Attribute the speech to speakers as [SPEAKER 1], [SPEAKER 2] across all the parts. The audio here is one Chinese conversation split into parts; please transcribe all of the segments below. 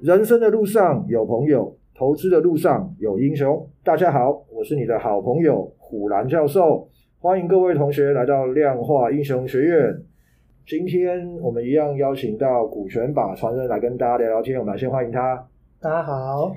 [SPEAKER 1] 人生的路上有朋友，投资的路上有英雄。大家好，我是你的好朋友虎兰教授，欢迎各位同学来到量化英雄学院。今天我们一样邀请到股权法传人来跟大家聊聊天，我们来先欢迎他。
[SPEAKER 2] 大家好，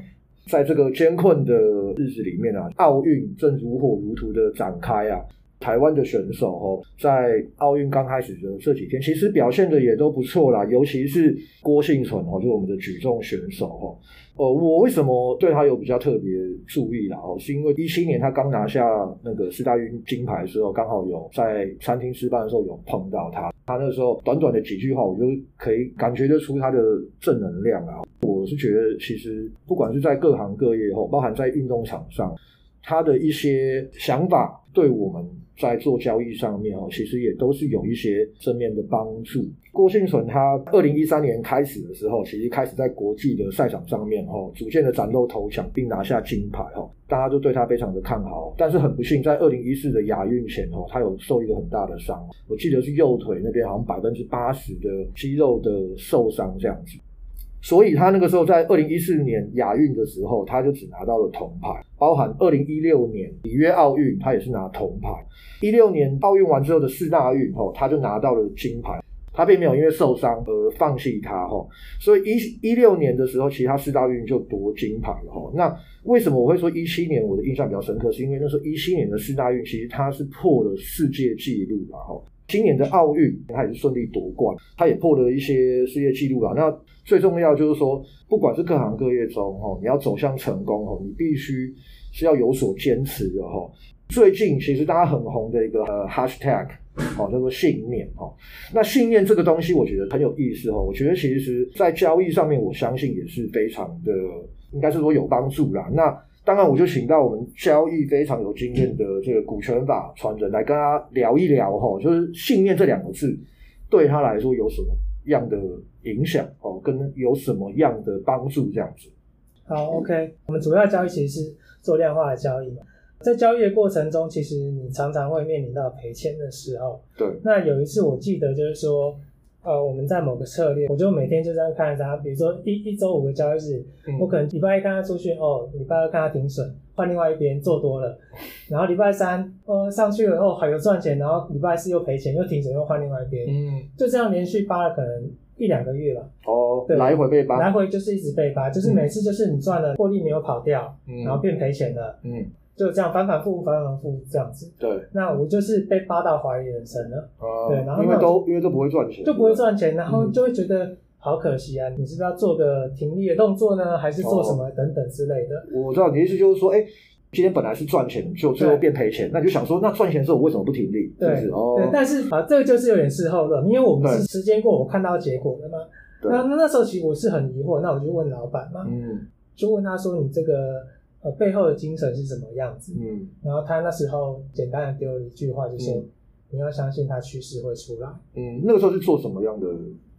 [SPEAKER 1] 在这个艰困的日子里面啊，奥运正如火如荼的展开啊。台湾的选手哦，在奥运刚开始的这几天，其实表现的也都不错啦，尤其是郭幸存哦，就是我们的举重选手哦。呃，我为什么对他有比较特别注意啦？哦，是因为一七年他刚拿下那个四大运金牌的时候，刚好有在餐厅吃饭的时候有碰到他，他那时候短短的几句话，我就可以感觉得出他的正能量啊。我是觉得，其实不管是在各行各业哦，包含在运动场上，他的一些想法对我们。在做交易上面哦，其实也都是有一些正面的帮助。郭幸存他二零一三年开始的时候，其实开始在国际的赛场上面哦，逐渐的崭露头角，并拿下金牌哦，大家都对他非常的看好。哦但是很不幸，在二零一四的亚运前哦，他有受一个很大的伤，哦我记得是右腿那边好像百分之八十的肌肉的受伤这样子。所以他那个时候在二零一四年亚运的时候，他就只拿到了铜牌，包含二零一六年里约奥运，他也是拿铜牌。一六年奥运完之后的四大运后，他就拿到了金牌。他并没有因为受伤而放弃他哈，所以一一六年的时候，其他四大运就夺金牌了哈。那为什么我会说一七年我的印象比较深刻？是因为那时候一七年的四大运其实他是破了世界纪录了哈。今年的奥运，他也是顺利夺冠，他也破了一些世界纪录啦。那最重要就是说，不管是各行各业中哦，你要走向成功哦，你必须是要有所坚持的哦。最近其实大家很红的一个呃 hashtag 哦，叫做信念哦。那信念这个东西，我觉得很有意思哦。我觉得其实在交易上面，我相信也是非常的，应该是说有帮助啦。那当然，我就请到我们交易非常有经验的这个股权法传人来跟他聊一聊哈，就是信念这两个字对他来说有什么样的影响哦，跟有什么样的帮助这样子。
[SPEAKER 2] 好，OK，我们主要交易其实是做量化的交易嘛，在交易的过程中，其实你常常会面临到赔钱的时候。
[SPEAKER 1] 对，
[SPEAKER 2] 那有一次我记得就是说，呃，我们在某个策略，我就每天就这样看着它，比如说一一周五个交易日，
[SPEAKER 1] 嗯
[SPEAKER 2] 我可能礼拜一看它出去，哦，礼拜二看它停损，换另外一边做多了，然后礼拜三呃上去了，哦还有赚钱，然后礼拜四又赔钱，又停损，又换另外一边，
[SPEAKER 1] 嗯，
[SPEAKER 2] 就这样连续扒了可能一两个月吧。
[SPEAKER 1] 哦，
[SPEAKER 2] 对
[SPEAKER 1] 来回被帮，
[SPEAKER 2] 来回就是一直被扒，就是每次就是你赚了获利没有跑掉，
[SPEAKER 1] 嗯
[SPEAKER 2] 然后变赔钱了，
[SPEAKER 1] 嗯，
[SPEAKER 2] 就这样反反复复反反复复这样子。
[SPEAKER 1] 对，
[SPEAKER 2] 那我就是被扒到怀疑人生了，
[SPEAKER 1] 啊
[SPEAKER 2] 对然后
[SPEAKER 1] 因为
[SPEAKER 2] 那
[SPEAKER 1] 都因为都不会赚钱，
[SPEAKER 2] 就不会赚钱，然后
[SPEAKER 1] 嗯
[SPEAKER 2] 就会觉得好可惜啊！你是不是要做个停利的动作呢，还是做什
[SPEAKER 1] 哦
[SPEAKER 2] 么等等之类的？
[SPEAKER 1] 我知道你的意思就是说，哎、今天本来是赚钱，就最后变赔钱，那你就想说，那赚钱的时候我为什么不停利？是不是？
[SPEAKER 2] 对
[SPEAKER 1] 哦，
[SPEAKER 2] 对，但是啊，这个就是有点事后论，因为我们
[SPEAKER 1] 对
[SPEAKER 2] 是时间过，我看到结果的嘛。
[SPEAKER 1] 对
[SPEAKER 2] 那那那时候其实我是很疑惑，那我就问老板嘛，
[SPEAKER 1] 嗯
[SPEAKER 2] 就问他说你这个呃背后的精神是什么样子？
[SPEAKER 1] 嗯
[SPEAKER 2] 然后他那时候简单的丢了一句话，就说、
[SPEAKER 1] 嗯
[SPEAKER 2] 你要相信它趋势会出来。
[SPEAKER 1] 嗯，那个时候是做什么样的？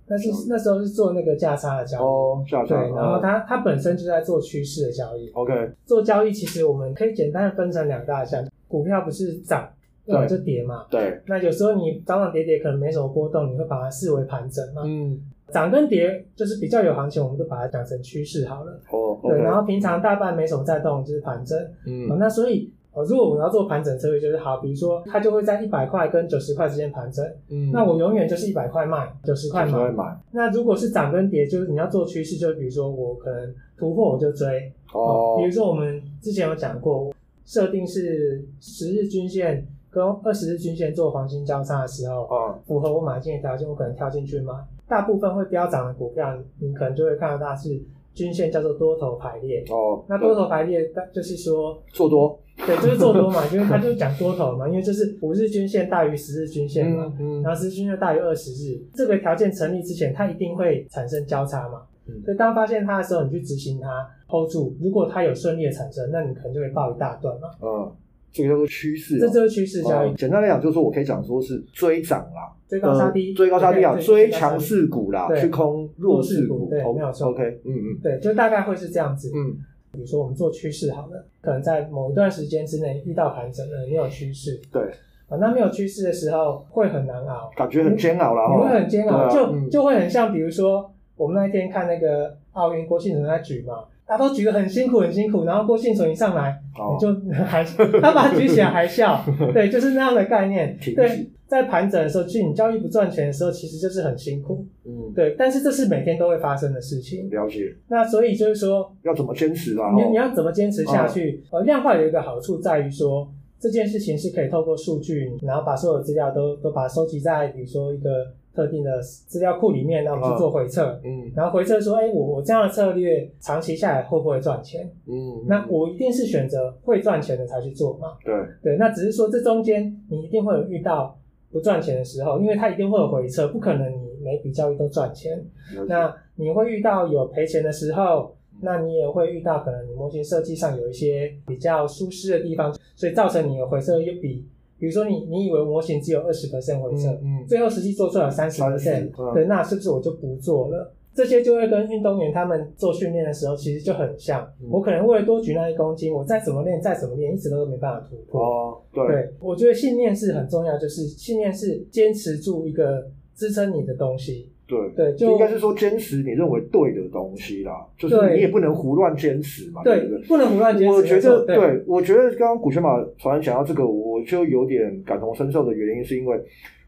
[SPEAKER 2] 但是那时候是做那个价差的交易，
[SPEAKER 1] 哦，下
[SPEAKER 2] 对
[SPEAKER 1] 降，，
[SPEAKER 2] 然后
[SPEAKER 1] 哦
[SPEAKER 2] 他他本身就在做趋势的交易。
[SPEAKER 1] OK，
[SPEAKER 2] 做交易其实我们可以简单的分成两大项，股票不是涨，
[SPEAKER 1] 对
[SPEAKER 2] 要么就跌嘛。
[SPEAKER 1] 对，
[SPEAKER 2] 那有时候你涨涨跌跌可能没什么波动，你会把它视为盘整嘛。
[SPEAKER 1] 嗯，
[SPEAKER 2] 涨跟跌就是比较有行情，我们就把它讲成趋势好了。
[SPEAKER 1] 哦，OK，
[SPEAKER 2] 对，然后平常大半没什么在动，就是盘整。哦，
[SPEAKER 1] 嗯
[SPEAKER 2] 那所以，哦，如果我们要做盘整策略，就是好，比如说它就会在一百块跟九十块之间盘整，
[SPEAKER 1] 嗯，
[SPEAKER 2] 那我永远就是一百块卖，九十块
[SPEAKER 1] 就会
[SPEAKER 2] 买。
[SPEAKER 1] 买，
[SPEAKER 2] 那如果是涨跟跌，就是你要做趋势，就是比如说我可能突破我就追，
[SPEAKER 1] 哦
[SPEAKER 2] 比，如说我们之前有讲过，设定是十日均线跟二十日均线做黄金交叉的时候，
[SPEAKER 1] 啊，
[SPEAKER 2] 符合我买进的条件，我可能跳进去买。大部分会飙涨的股票，你可能就会看到它是均线叫做多头排列。
[SPEAKER 1] 哦，
[SPEAKER 2] 那多头排列，它就是说
[SPEAKER 1] 做多，
[SPEAKER 2] 对，就是做多嘛，因 为他就是讲多头嘛，因为就是五日均线大于十日均线嘛，
[SPEAKER 1] 嗯
[SPEAKER 2] 然后十日均线大于二十日，这个条件成立之前，它一定会产生交叉嘛。
[SPEAKER 1] 嗯
[SPEAKER 2] 所以当发现它的时候，你去执行它，hold 住。如果它有顺利的产生，那你可能就会爆一大段嘛。
[SPEAKER 1] 嗯，这个叫做趋势
[SPEAKER 2] 这
[SPEAKER 1] 啊。
[SPEAKER 2] 就是趋势交易
[SPEAKER 1] 哦，简单来讲，就是说我可以讲说是追涨啦，
[SPEAKER 2] 追高杀
[SPEAKER 1] 呃
[SPEAKER 2] 低，
[SPEAKER 1] 追高杀低啊，
[SPEAKER 2] 对
[SPEAKER 1] 追强。势股啦，
[SPEAKER 2] 对
[SPEAKER 1] 去空弱势股
[SPEAKER 2] 弱势股，对
[SPEAKER 1] 哦
[SPEAKER 2] 没有错
[SPEAKER 1] OK，嗯嗯
[SPEAKER 2] 对，就大概会是这样子。
[SPEAKER 1] 嗯，
[SPEAKER 2] 比如说我们做趋势好了，可能在某一段时间之内遇到盘整了，没有趋势
[SPEAKER 1] 对，
[SPEAKER 2] 啊，那没有趋势的时候会很难熬。
[SPEAKER 1] 感觉很煎熬啦，
[SPEAKER 2] 你会
[SPEAKER 1] 哦，
[SPEAKER 2] 很煎熬，
[SPEAKER 1] 对啊
[SPEAKER 2] 就
[SPEAKER 1] 嗯
[SPEAKER 2] 就会很像，比如说我们那一天看那个奥运郭幸存在举嘛，大家都举得很辛苦很辛苦，然后郭幸存一上来，
[SPEAKER 1] 哦
[SPEAKER 2] 你就 还他把它举起来 还笑，对，就是那样的概念
[SPEAKER 1] 停。止
[SPEAKER 2] 对，在盘整的时候，其实你交易不赚钱的时候，其实就是很辛苦。
[SPEAKER 1] 嗯，
[SPEAKER 2] 对，但是这是每天都会发生的事情。
[SPEAKER 1] 了解，
[SPEAKER 2] 那所以就是说，
[SPEAKER 1] 要怎么坚持啊？
[SPEAKER 2] 你
[SPEAKER 1] 哦
[SPEAKER 2] 你要怎么坚持下去？呃，量化有一个好处在于说，这件事情是可以透过数据，然后把所有资料都都把它收集在，比如说一个特定的资料库里面，那我们去做回测。
[SPEAKER 1] 嗯
[SPEAKER 2] 然后回测说，哎，我我这样的策略长期下来会不会赚钱？
[SPEAKER 1] 嗯，
[SPEAKER 2] 那我一定是选择会赚钱的才去做嘛。
[SPEAKER 1] 对，
[SPEAKER 2] 对，那只是说这中间你一定会有遇到不赚钱的时候，因为它一定会有回撤，不可能你每笔交易都赚钱。
[SPEAKER 1] 了解
[SPEAKER 2] 那你会遇到有赔钱的时候，那你也会遇到可能你模型设计上有一些比较疏失的地方，所以造成你的回撤又比，比如说你你以为模型只有二十 percent 回撤，
[SPEAKER 1] 嗯嗯
[SPEAKER 2] 最后实际做出来三十 percent，
[SPEAKER 1] 30%嗯
[SPEAKER 2] 对，那是不是我就不做了？这些就会跟运动员他们做训练的时候其实就很像，
[SPEAKER 1] 嗯
[SPEAKER 2] 我可能为了多举那一公斤，我再怎么练再怎么练，一直都没办法突破。
[SPEAKER 1] 哦，对，
[SPEAKER 2] 对，我觉得信念是很重要，就是信念是坚持住一个支撑你的东西。
[SPEAKER 1] 对
[SPEAKER 2] 对，就
[SPEAKER 1] 应该是说坚持你认为对的东西啦，就是
[SPEAKER 2] 对
[SPEAKER 1] 你也不能胡乱坚持嘛，对
[SPEAKER 2] 对
[SPEAKER 1] 不对？，
[SPEAKER 2] 不能胡乱坚持。
[SPEAKER 1] 我觉
[SPEAKER 2] 没错
[SPEAKER 1] 得，
[SPEAKER 2] 对，
[SPEAKER 1] 对，我觉得刚刚古轩马传讲到这个，我就有点感同身受的原因，是因为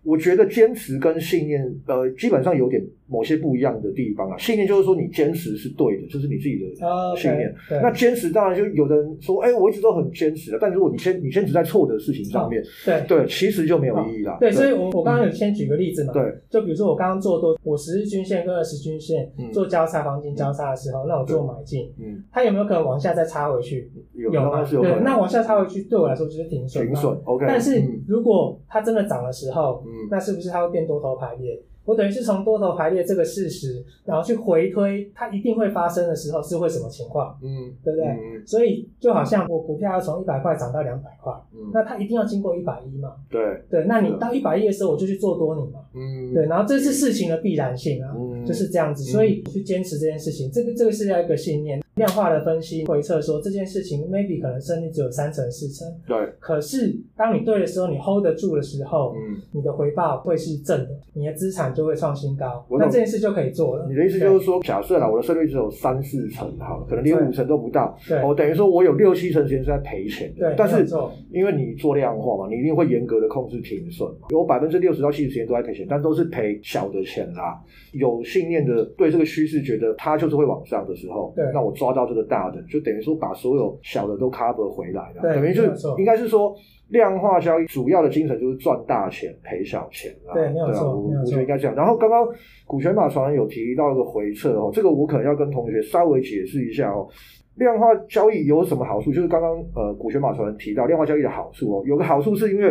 [SPEAKER 1] 我觉得坚持跟信念，呃，基本上有点某些不一样的地方啊。信念就是说你坚持是对的，就是你自己
[SPEAKER 2] 啊
[SPEAKER 1] 的
[SPEAKER 2] ，OK，
[SPEAKER 1] 信念。
[SPEAKER 2] 对
[SPEAKER 1] 那坚持当然就有的人说，哎、我一直都很坚持的，但如果你坚你坚持在错的事情上面，
[SPEAKER 2] 对
[SPEAKER 1] 对，其实就没有意义啦。
[SPEAKER 2] 对，所以我我刚刚有先举个例子嘛，
[SPEAKER 1] 嗯对，
[SPEAKER 2] 就比如说我刚刚做多，我十日均线跟二十均线
[SPEAKER 1] 嗯
[SPEAKER 2] 做交叉黄金交叉的时候，那我做买进，
[SPEAKER 1] 嗯，
[SPEAKER 2] 它有没有可能往下再插回去？
[SPEAKER 1] 有
[SPEAKER 2] 有
[SPEAKER 1] 当
[SPEAKER 2] 嘛？
[SPEAKER 1] 然是有可
[SPEAKER 2] 对，
[SPEAKER 1] 能。
[SPEAKER 2] 那往下插回去对我来说就是停损嘛，
[SPEAKER 1] 停损，OK。
[SPEAKER 2] 但是
[SPEAKER 1] 嗯
[SPEAKER 2] 如果它真的涨的时候，
[SPEAKER 1] 嗯
[SPEAKER 2] 那是不是它会变多头排列？我等于是从多头排列这个事实，然后去回推它一定会发生的时候是会什么情况，
[SPEAKER 1] 嗯，
[SPEAKER 2] 对不对？
[SPEAKER 1] 嗯
[SPEAKER 2] 所以就好像我股票要从一百块涨到两百块，
[SPEAKER 1] 嗯，
[SPEAKER 2] 那它一定要经过一百一嘛？
[SPEAKER 1] 对，啊
[SPEAKER 2] 对，那你到一百一的时候，我就去做多你嘛？
[SPEAKER 1] 嗯，
[SPEAKER 2] 对，，然后这是事情的必然性啊，
[SPEAKER 1] 嗯
[SPEAKER 2] 就是这样子。所以去坚持这件事情，这个这个是要一个信念，量化的分析回测说这件事情 maybe 可能胜率只有三成四成，
[SPEAKER 1] 对，
[SPEAKER 2] 可是当你对的时候，你 hold 得住的时候，
[SPEAKER 1] 嗯。
[SPEAKER 2] 你的回报会是正的，你的资产就会创新高，
[SPEAKER 1] 我懂
[SPEAKER 2] 那这件事就可以做了。
[SPEAKER 1] 你的意思就是说，假设啦，我的胜率只有三四成，好了，可能连
[SPEAKER 2] 对
[SPEAKER 1] 五成都不到，
[SPEAKER 2] 对
[SPEAKER 1] 我、等于说我有六七成时间是在赔钱的
[SPEAKER 2] 对，。
[SPEAKER 1] 哦但
[SPEAKER 2] 没有
[SPEAKER 1] 是
[SPEAKER 2] 错
[SPEAKER 1] 因为你做量化嘛，你一定会严格的控制停损嘛。有百分之六十到七十时间都在赔钱，但都是赔小的钱啦。有信念的对这个趋势觉得它就是会往上的时候，
[SPEAKER 2] 对
[SPEAKER 1] 那我抓到这个大的，就等于说把所有小的都 cover 回来了。
[SPEAKER 2] 对
[SPEAKER 1] 等于就
[SPEAKER 2] 没有错
[SPEAKER 1] 应该是说。量化交易主要的精神就是赚大钱赔小钱啦，
[SPEAKER 2] 对没有
[SPEAKER 1] 啊
[SPEAKER 2] 错
[SPEAKER 1] 我
[SPEAKER 2] 没有
[SPEAKER 1] 我觉
[SPEAKER 2] 错
[SPEAKER 1] 得应该这样。然后刚刚股权马传有提到一个回撤哦，这个我可能要跟同学稍微解释一下哦。量化交易有什么好处？就是刚刚呃股权马传提到量化交易的好处哦，有个好处是因为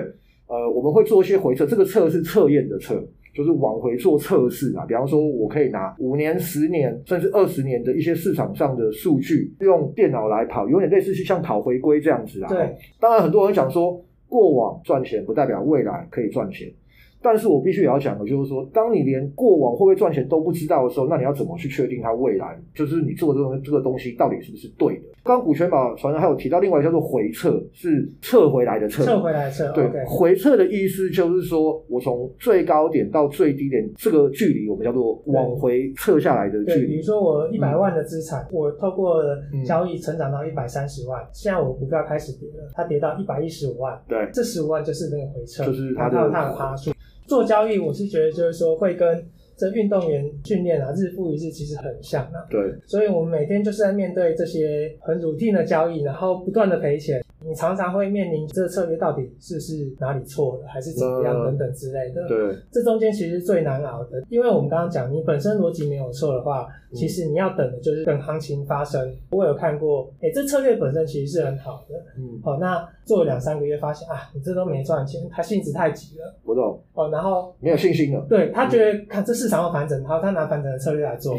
[SPEAKER 1] 呃我们会做一些回测，这个测是测验的测，就是往回做测试啊。比方说，我可以拿五年、十年甚至二十年的一些市场上的数据，用电脑来跑，有点类似是像跑回归这样子啊。
[SPEAKER 2] 对
[SPEAKER 1] 当然，很多人讲说过往赚钱不代表未来可以赚钱，但是我必须也要讲的就是说，当你连过往会不会赚钱都不知道的时候，那你要怎么去确定它未来就是你做的这个这个东西到底是不是对的？刚刚股权法传人还有提到另外一个叫做回撤，是撤回来的撤。
[SPEAKER 2] 撤回来撤
[SPEAKER 1] 对
[SPEAKER 2] OK，
[SPEAKER 1] 回撤的意思就是说，我从最高点到最低点这个距离，我们叫做往回撤下来的距
[SPEAKER 2] 对，比
[SPEAKER 1] 离
[SPEAKER 2] 如。说我一百万的资
[SPEAKER 1] 嗯
[SPEAKER 2] 产，我透过交易成长到一百三十万，现在我股票开始跌了，它跌到一百一十五万，
[SPEAKER 1] 对，
[SPEAKER 2] 这十五万就是那个回撤，
[SPEAKER 1] 就是它
[SPEAKER 2] 它
[SPEAKER 1] 的
[SPEAKER 2] 有它的趴数。做交易，我是觉得就是说会跟这运动员训练啊，日复一日其实很像啊。
[SPEAKER 1] 对，
[SPEAKER 2] 所以我们每天就是在面对这些很 routine 的交易，然后不断的赔钱，你常常会面临这策略到底是不是哪里错了，还是怎么样
[SPEAKER 1] 嗯
[SPEAKER 2] 等等之类的。
[SPEAKER 1] 对，
[SPEAKER 2] 这中间其实最难熬的，因为我们刚刚讲，你本身逻辑没有错的话，
[SPEAKER 1] 嗯
[SPEAKER 2] 其实你要等的就是等行情发生。我有看过，哎，这策略本身其实是很好的，
[SPEAKER 1] 嗯，
[SPEAKER 2] 哦，那做了两三个月发现啊，你这都没赚钱，它性子太急了，
[SPEAKER 1] 我懂，
[SPEAKER 2] 哦，然后
[SPEAKER 1] 没有信心了。
[SPEAKER 2] 对他觉得看这市场要盘整，好，他拿盘整的策略来做。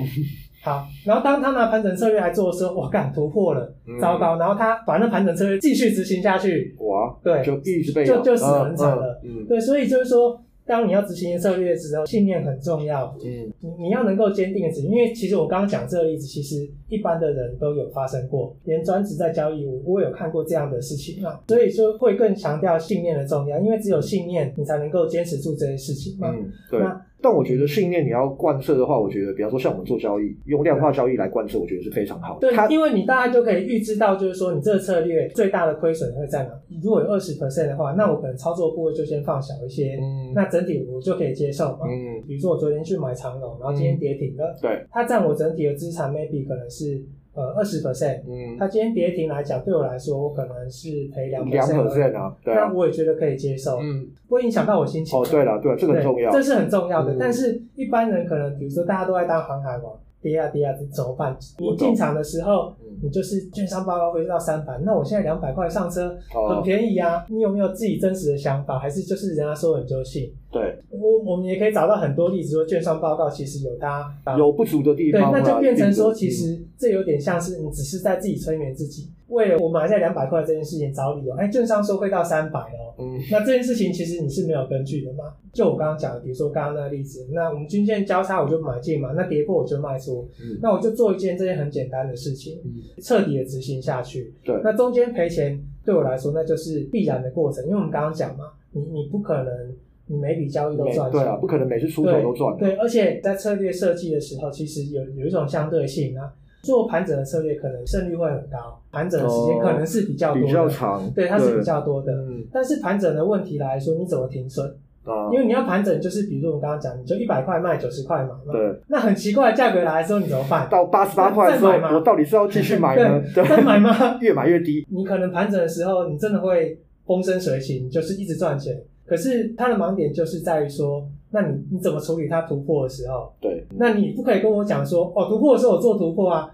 [SPEAKER 2] 好，然后当他拿盘整策略来做的时候，哇，干突破了
[SPEAKER 1] 嗯，
[SPEAKER 2] 糟糕！然后他把那盘整策略继续执行下去，
[SPEAKER 1] 哇，
[SPEAKER 2] 对
[SPEAKER 1] 就一直被
[SPEAKER 2] 就
[SPEAKER 1] 咬
[SPEAKER 2] 就死得很惨
[SPEAKER 1] 嗯
[SPEAKER 2] 了
[SPEAKER 1] 嗯
[SPEAKER 2] 对，所以就是说，当你要执行策略的时候，信念很重要，
[SPEAKER 1] 嗯
[SPEAKER 2] 你你要能够坚定的执行，因为其实我刚刚讲这个例子，其实一般的人都有发生过，连专职在交易，我我有看过这样的事情啊，所以说会更强调信念的重要，因为只有信念，你才能够坚持住这些事情嘛。
[SPEAKER 1] 嗯，对。
[SPEAKER 2] 那
[SPEAKER 1] 但我觉得信念你要贯彻的话，我觉得比方说像我们做交易，用量化交易来贯彻，我觉得是非常好的。
[SPEAKER 2] 对
[SPEAKER 1] 它，
[SPEAKER 2] 因为你大概就可以预知到，就是说你这个策略最大的亏损会在哪。如果有二十 percent 的话，那我可能操作部位就先放小一些，
[SPEAKER 1] 嗯
[SPEAKER 2] 那整体我就可以接受嘛。
[SPEAKER 1] 嗯，
[SPEAKER 2] 比如说我昨天去买长龙，然后今天跌停了，
[SPEAKER 1] 对，
[SPEAKER 2] 它占我整体的资产 maybe 可能是呃二十 percent，
[SPEAKER 1] 嗯，
[SPEAKER 2] 它今天跌停来讲，对我来说我可能是赔两
[SPEAKER 1] 两
[SPEAKER 2] percent，
[SPEAKER 1] percent 啊，对啊
[SPEAKER 2] 那，我也觉得可以接受，
[SPEAKER 1] 嗯，
[SPEAKER 2] 不会影响到我心情。
[SPEAKER 1] 哦，对了，对了，这个很重要
[SPEAKER 2] 对，这是很重要的。
[SPEAKER 1] 嗯
[SPEAKER 2] 但是一般人可能，比如说大家都在当航海王，跌啊跌啊，这怎么办？
[SPEAKER 1] 我懂
[SPEAKER 2] 你进场的时候，
[SPEAKER 1] 嗯，
[SPEAKER 2] 你就是券商报告会到三百，那我现在两百块上车很
[SPEAKER 1] 哦，
[SPEAKER 2] 便宜啊。你有没有自己真实的想法？还是就是人家说你就信？
[SPEAKER 1] 对，
[SPEAKER 2] 我我们也可以找到很多例子，说券商报告其实有它啊
[SPEAKER 1] 有不足的地
[SPEAKER 2] 对，
[SPEAKER 1] 方啊，
[SPEAKER 2] 那就变成说，
[SPEAKER 1] 嗯
[SPEAKER 2] 其实这有点像是你只是在自己催眠自己，为了我买下两百块这件事情找理由。哎，券商说会到三百哦，
[SPEAKER 1] 嗯，
[SPEAKER 2] 那这件事情其实你是没有根据的嘛？就我刚刚讲的，比如说刚刚那个例子，那我们均线交叉我就买进嘛，那跌破我就卖出，
[SPEAKER 1] 嗯
[SPEAKER 2] 那我就做一件这件很简单的事情，
[SPEAKER 1] 嗯
[SPEAKER 2] 彻底的执行下去。
[SPEAKER 1] 对
[SPEAKER 2] 那中间赔钱对我来说那就是必然的过程，因为我们刚刚讲嘛，你你不可能你每笔交易都
[SPEAKER 1] 每
[SPEAKER 2] 赚
[SPEAKER 1] 对
[SPEAKER 2] 钱，
[SPEAKER 1] 啊，不可能每次出手都赚的，
[SPEAKER 2] 对，而且在策略设计的时候，其实有有一种相对性啊，做盘整的策略可能胜率会很高，盘整的时间可能是比较多的，
[SPEAKER 1] 哦啊比较长，
[SPEAKER 2] 对，它是比较多的。
[SPEAKER 1] 嗯
[SPEAKER 2] 但是盘整的问题来说，你怎么停损？
[SPEAKER 1] 啊
[SPEAKER 2] 因，为你要盘整，就是比如我们刚刚讲，你就一百块卖九十块嘛，
[SPEAKER 1] 对，
[SPEAKER 2] 那很奇怪的价格来的时候，你怎么办？
[SPEAKER 1] 到八十八块的时候
[SPEAKER 2] 再买，吗
[SPEAKER 1] 我到底是要继续买呢？
[SPEAKER 2] 对，再买吗？
[SPEAKER 1] 越买越低，
[SPEAKER 2] 你可能盘整的时候，你真的会风生水起，你就是一直赚钱。可是它的盲点就是在于说，那你你怎么处理它突破的时候？
[SPEAKER 1] 对，嗯
[SPEAKER 2] 那你不可以跟我讲说，哦，突破的时候我做突破啊，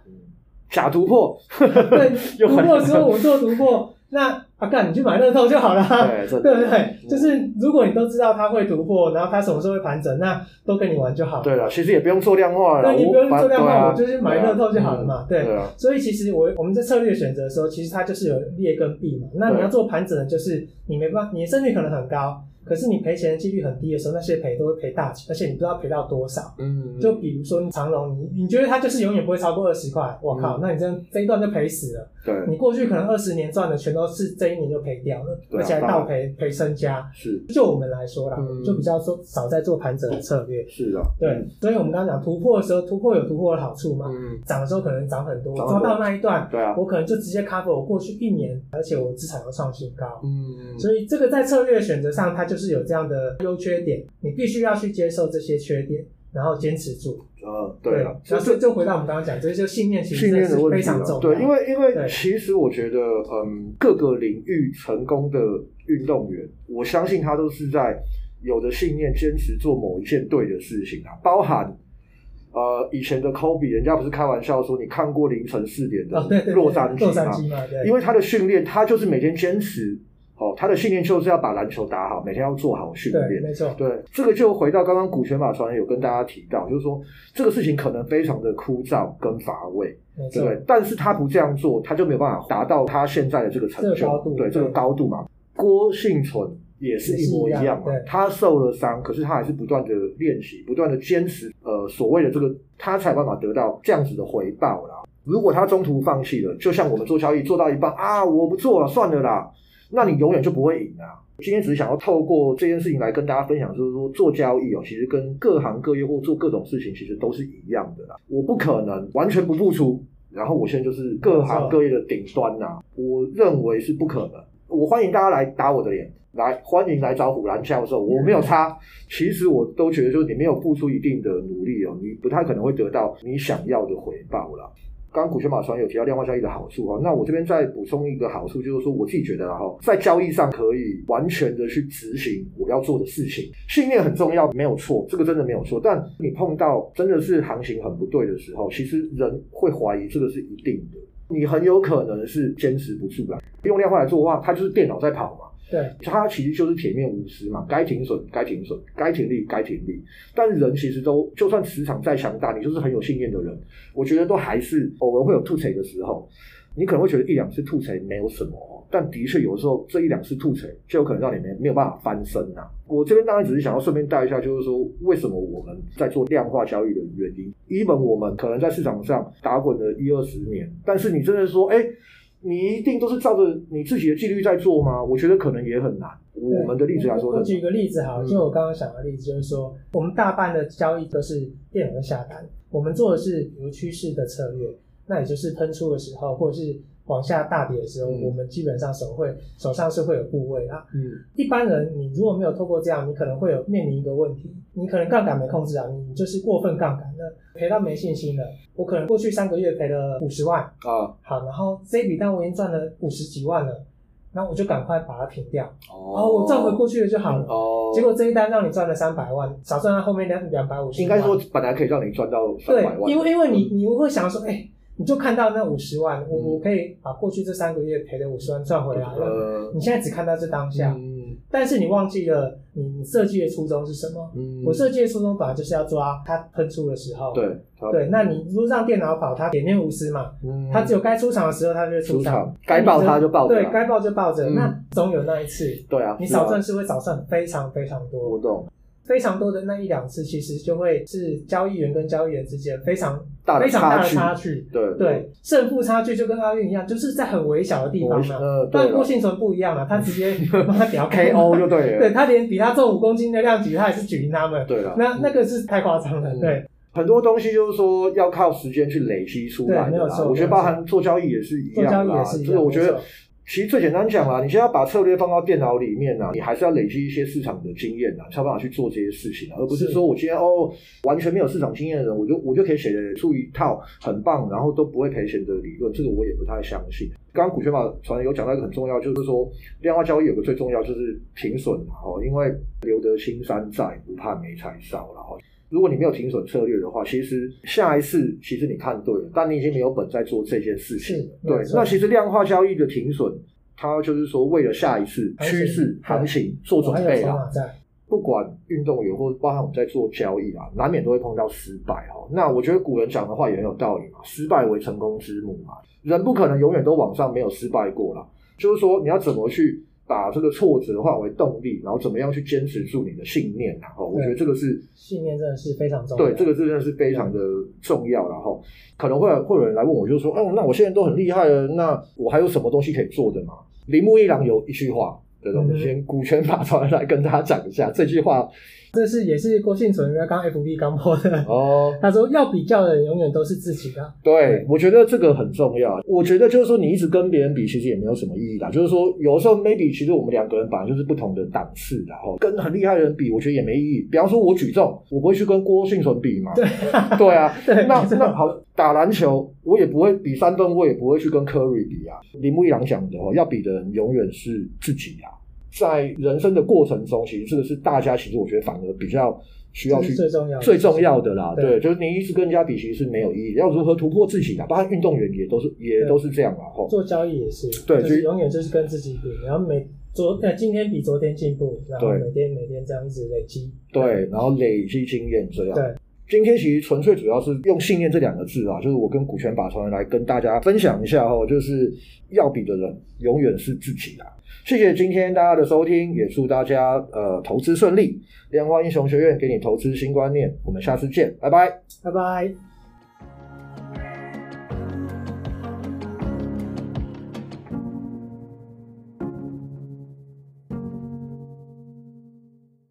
[SPEAKER 1] 假突破，
[SPEAKER 2] 对，
[SPEAKER 1] 又
[SPEAKER 2] 突破的时候我做突破，那啊干，你去买乐透就好了 啊，
[SPEAKER 1] 对，这
[SPEAKER 2] 对不对？就是如果你都知道它会突破，然后它什么时候会盘整，那都跟你玩就好。
[SPEAKER 1] 对了，其实也不用做量化了，
[SPEAKER 2] 对，你
[SPEAKER 1] 我
[SPEAKER 2] 不用做量
[SPEAKER 1] 对啊
[SPEAKER 2] 化，我就去买乐透就好了嘛。
[SPEAKER 1] 对啊
[SPEAKER 2] 对，
[SPEAKER 1] 对啊，
[SPEAKER 2] 所以其实我我们在策略选择的时候，其实它就是有劣跟弊嘛。那你
[SPEAKER 1] 对
[SPEAKER 2] 要做盘整的，就是你没办法，你的胜率可能很高，可是你赔钱的几率很低的时候，那些赔都会赔大钱，而且你不知道赔到多少。
[SPEAKER 1] 嗯，
[SPEAKER 2] 就比如说你长隆，你你觉得它就是永远不会超过二十块，我靠，
[SPEAKER 1] 嗯
[SPEAKER 2] 那你这这一段就赔死了。
[SPEAKER 1] 对
[SPEAKER 2] 你过去可能二十年赚的全都是这一年就赔掉了，
[SPEAKER 1] 对啊
[SPEAKER 2] 而且还倒赔赔身家。
[SPEAKER 1] 是
[SPEAKER 2] 就我们来说啦，
[SPEAKER 1] 嗯
[SPEAKER 2] 我们就比较说少在做盘整的策略。
[SPEAKER 1] 是的，
[SPEAKER 2] 对，所以我们刚刚讲突破的时候，突破有突破的好处嘛，
[SPEAKER 1] 嗯，
[SPEAKER 2] 涨的时候可能涨很多，
[SPEAKER 1] 涨
[SPEAKER 2] 抓
[SPEAKER 1] 很多
[SPEAKER 2] 到那一段，
[SPEAKER 1] 对啊，
[SPEAKER 2] 我可能就直接 cover 我过去一年，而且我资产要创新高。
[SPEAKER 1] 嗯，
[SPEAKER 2] 所以这个在策略选择上，它就是有这样的优缺点，你必须要去接受这些缺点，然后坚持住。
[SPEAKER 1] 呃，对了，
[SPEAKER 2] 然
[SPEAKER 1] 这
[SPEAKER 2] 后
[SPEAKER 1] 这
[SPEAKER 2] 啊就就回到我们刚刚讲，这就信念其实
[SPEAKER 1] 信念
[SPEAKER 2] 是
[SPEAKER 1] 的问
[SPEAKER 2] 非
[SPEAKER 1] 题
[SPEAKER 2] 常重
[SPEAKER 1] 啊，
[SPEAKER 2] 要。
[SPEAKER 1] 对，因为因为
[SPEAKER 2] 对
[SPEAKER 1] 其实我觉得，嗯，各个领域成功的运动员，我相信他都是在有的信念坚持做某一件对的事情啊，包含。呃，以前的科比，人家不是开玩笑说，你看过凌晨四点
[SPEAKER 2] 哦，对
[SPEAKER 1] 的
[SPEAKER 2] 对对，
[SPEAKER 1] 洛杉矶
[SPEAKER 2] 洛杉
[SPEAKER 1] 吗？
[SPEAKER 2] 矶嘛，对，
[SPEAKER 1] 因为他的训练，他就是每天坚持，哦，他的信念就是要把篮球打好，每天要做好训
[SPEAKER 2] 对，
[SPEAKER 1] 练。
[SPEAKER 2] 没错，
[SPEAKER 1] 对，这个就回到刚刚股权法传有跟大家提到，就是说这个事情可能非常的枯燥跟乏味，
[SPEAKER 2] 没
[SPEAKER 1] 对
[SPEAKER 2] 错
[SPEAKER 1] 不，对？但是他不这样做，他就没有办法达到他现在的这个成就，
[SPEAKER 2] 这个高度
[SPEAKER 1] 对这个
[SPEAKER 2] 对
[SPEAKER 1] 高度嘛。郭幸存也是一模一
[SPEAKER 2] 也是一
[SPEAKER 1] 样
[SPEAKER 2] 样
[SPEAKER 1] 嘛
[SPEAKER 2] 对，
[SPEAKER 1] 他受了伤，可是他还是不断的练习，不断的坚持，呃，所谓的这个，他才有办法得到这样子的回报啦。如果他中途放弃了，就像我们做交易做到一半啊，我不做了，算了啦，那你永远就不会赢啊。今天只是想要透过这件事情来跟大家分享，就是说做交易哦，其实跟各行各业或做各种事情其实都是一样的啦。我不可能完全不付出，然后我现在就是各行各业的顶端呐、我认为是不可能。我欢迎大家来打我的脸，来欢迎来找虎兰教授，我没有差。其实我都觉得，就是你没有付出一定的努力哦，你不太可能会得到你想要的回报啦。刚刚股权马传有提到量化交易的好处哦，那我这边再补充一个好处，就是说我自己觉得啦哈，在交易上可以完全的去执行我要做的事情，信念很重要，没有错，这个真的没有错。但你碰到真的是行情很不对的时候，其实人会怀疑这个是一定的，你很有可能是坚持不住啦。用量化来做的话，它就是电脑在跑嘛。
[SPEAKER 2] 对，
[SPEAKER 1] 它其实就是铁面无私嘛，该停损该停损，该停利该停利。但人其实都，就算磁场再强大，你就是很有信念的人，我觉得都还是偶尔会有吐槽的时候。你可能会觉得一两次吐槽没有什么哦，但的确有时候这一两次吐槽就有可能让你没没有办法翻身呐、我这边当然只是想要顺便带一下，就是说为什么我们在做量化交易的原因。一本我们可能在市场上打滚了一二十年，但是你真的说，哎，你一定都是照着你自己的纪律在做吗？我觉得可能也很难。我们的例子来说
[SPEAKER 2] 我
[SPEAKER 1] 很
[SPEAKER 2] 我
[SPEAKER 1] 难，
[SPEAKER 2] 举个例子好了，
[SPEAKER 1] 嗯
[SPEAKER 2] 就我刚刚想的例子，就是说我们大半的交易都是电脑的下单，我们做的是比如趋势的策略，那也就是喷出的时候，或者是往下大跌的时候，
[SPEAKER 1] 嗯
[SPEAKER 2] 我们基本上手会手上是会有部位啊。
[SPEAKER 1] 嗯
[SPEAKER 2] 一般人你如果没有透过这样，你可能会有面临一个问题，你可能杠杆没控制啊，你你就是过分杠杆了，赔到没信心了。我可能过去三个月赔了五十万，
[SPEAKER 1] 啊
[SPEAKER 2] 好，然后这笔单我已经赚了五十几万了，那我就赶快把它平掉，哦，
[SPEAKER 1] 哦
[SPEAKER 2] 我赚回过去了就好了。
[SPEAKER 1] 哦，
[SPEAKER 2] 结果这一单让你赚了三百万，少赚了后面两两百五十。
[SPEAKER 1] 应该说本来可以让你赚到三
[SPEAKER 2] 对
[SPEAKER 1] 百，万，
[SPEAKER 2] 因为因为你你会想说，哎、你就看到那五十万，我、
[SPEAKER 1] 嗯
[SPEAKER 2] 我可以把过去这三个月赔的五十万赚回来了。
[SPEAKER 1] 呃
[SPEAKER 2] 你现在只看到这当啊下，
[SPEAKER 1] 嗯
[SPEAKER 2] 但是你忘记了你你设计的初衷是什么？
[SPEAKER 1] 嗯
[SPEAKER 2] 我设计的初衷本来就是要抓它喷出的时候。
[SPEAKER 1] 对他
[SPEAKER 2] 对，那你如果让电脑跑，它铁面无私嘛，
[SPEAKER 1] 嗯
[SPEAKER 2] 它只有该出场的时候它就会
[SPEAKER 1] 出
[SPEAKER 2] 场
[SPEAKER 1] 场，该爆它就爆它
[SPEAKER 2] 对，该爆就爆着。
[SPEAKER 1] 嗯
[SPEAKER 2] 那总有那一次，
[SPEAKER 1] 对啊，
[SPEAKER 2] 你
[SPEAKER 1] 是啊啊
[SPEAKER 2] 少赚是会少赚非常非常多。
[SPEAKER 1] 我懂
[SPEAKER 2] 非常多的那一两次，其实就会是交易员跟交易员之间非常
[SPEAKER 1] 大的
[SPEAKER 2] 非常大的
[SPEAKER 1] 距，
[SPEAKER 2] 差距。
[SPEAKER 1] 对
[SPEAKER 2] 对，胜负差距就跟奥运一样，就是在很微小的地
[SPEAKER 1] 我
[SPEAKER 2] 方嘛。
[SPEAKER 1] 呃对
[SPEAKER 2] 但郭
[SPEAKER 1] 了
[SPEAKER 2] 幸存不一样啊，他直 接把他屌开
[SPEAKER 1] KO 就对了，
[SPEAKER 2] 对他连比他重五公斤的量级，他也是举赢他们。
[SPEAKER 1] 对了，
[SPEAKER 2] 那那
[SPEAKER 1] 嗯
[SPEAKER 2] 个是太夸张了，
[SPEAKER 1] 嗯
[SPEAKER 2] 对
[SPEAKER 1] 很多东西就是说要靠时间去累积出来
[SPEAKER 2] 对没
[SPEAKER 1] 的
[SPEAKER 2] 有
[SPEAKER 1] 啦。
[SPEAKER 2] 错
[SPEAKER 1] 我觉得
[SPEAKER 2] 没
[SPEAKER 1] 包
[SPEAKER 2] 有错
[SPEAKER 1] 含做交易也是一
[SPEAKER 2] 做交
[SPEAKER 1] 样
[SPEAKER 2] 易也
[SPEAKER 1] 啦。
[SPEAKER 2] 是一样
[SPEAKER 1] 就是我觉
[SPEAKER 2] 没
[SPEAKER 1] 得
[SPEAKER 2] 错
[SPEAKER 1] 其实最简单讲啦，你现在把策略放到电脑里面啊，你还是要累积一些市场的经验啊，才有办法去做这些事情啊，而不是
[SPEAKER 2] 是
[SPEAKER 1] 说我今天哦完全没有市场经验的人，我就我就可以写得出一套很棒，然后都不会赔钱的理论，这个我也不太相信。刚刚股权法传有讲到一个很重要，就是说量化交易有个最重要就是停损嘛，哦，因为留得青山在，不怕没柴烧啦。哦。如果你没有停损策略的话，其实下一次其实你看对了，但你已经没有本在做这件事情了。
[SPEAKER 2] 是
[SPEAKER 1] 对
[SPEAKER 2] 没，错
[SPEAKER 1] 那其实量化交易的停损，它就是说为了下一次
[SPEAKER 2] 行情
[SPEAKER 1] 趋势
[SPEAKER 2] 对
[SPEAKER 1] 行情做准
[SPEAKER 2] 还有
[SPEAKER 1] 备啊
[SPEAKER 2] 筹
[SPEAKER 1] 啦。
[SPEAKER 2] 码在，
[SPEAKER 1] 不管运动员或包含我们在做交易啊，难免都会碰到失败哦。那我觉得古人讲的话也很有道理嘛，失败为成功之母嘛，人不可能永远都往上没有失败过啦。就是说，你要怎么去把这个挫折化为动力，然后怎么样去坚持住你的信念、啊，然后我觉得这个是
[SPEAKER 2] 信念真的是非常重要。
[SPEAKER 1] 对，这个真的是非常的重要。然后可能会有会有人来问我，就说，哦，那我现在都很厉害了，那我还有什么东西可以做的吗？铃木一郎有一句话，对的，我们
[SPEAKER 2] 嗯哼
[SPEAKER 1] 先股权法传来跟大家讲一下这句话
[SPEAKER 2] 这是也是郭幸存刚 FB 刚播的，
[SPEAKER 1] 哦。
[SPEAKER 2] 他说要比较的人永远都是自己的。啊
[SPEAKER 1] 对
[SPEAKER 2] 对，
[SPEAKER 1] 我觉得这个很重要。我觉得就是说，你一直跟别人比，其实也没有什么意义啦。就是说，有时候 maybe 其实我们两个人本来就是不同的档次的，哦，跟很厉害的人比，我觉得也没意义。比方说，我举重，我不会去跟郭幸存比嘛。对，对啊。
[SPEAKER 2] 对，
[SPEAKER 1] 那
[SPEAKER 2] 没错
[SPEAKER 1] 那好，打篮球我也不会比三分，我也不会去跟科瑞比啊。铃木一郎讲的哦，要比的人永远是自己啊。在人生的过程中，其实这个是大家其实我觉得反而比较需要
[SPEAKER 2] 这
[SPEAKER 1] 去
[SPEAKER 2] 是最重要的
[SPEAKER 1] 最重要的啦。对，
[SPEAKER 2] 对
[SPEAKER 1] 就是你一直跟人家比，其实是没有意义。要如何突破自己啊？包括运动员也都是也
[SPEAKER 2] 对
[SPEAKER 1] 都是这样啦。吼，
[SPEAKER 2] 做交易也是，
[SPEAKER 1] 对
[SPEAKER 2] 就是
[SPEAKER 1] 就
[SPEAKER 2] 永远就是跟自己比，然后每昨呃今天比昨天进步，然后
[SPEAKER 1] 对
[SPEAKER 2] 每天每天这样一直累积。
[SPEAKER 1] 对，然后累积经验这样。
[SPEAKER 2] 对。
[SPEAKER 1] 今天其实纯粹主要是用“信念”这两个字啊，就是我跟股权法传人来跟大家分享一下哦，就是要比的人永远是自己啊。谢谢今天大家的收听，也祝大家呃投资顺利。量化英雄学院给你投资新观念，我们下次见，拜拜。
[SPEAKER 2] 拜拜。